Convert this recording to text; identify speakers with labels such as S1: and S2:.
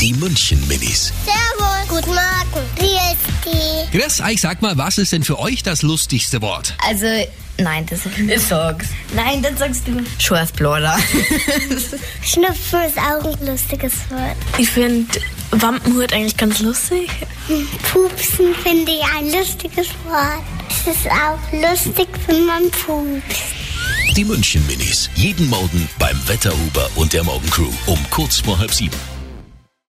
S1: Die München Minis.
S2: Servus. Guten Morgen. Wie ist die?
S1: Chris, ich sag mal, was ist denn für euch das lustigste Wort?
S3: Also, nein, das
S4: Ich sag's.
S3: Nein, das sagst du. Schorfblader.
S2: Schnupfen ist auch ein lustiges Wort.
S5: Ich finde Wampenhut eigentlich ganz lustig.
S2: Pupsen finde ich ein lustiges Wort. Es ist auch lustig, wenn man pupst.
S1: Die München Minis. Jeden Morgen beim Wetterhuber und der Morgencrew um kurz vor halb sieben.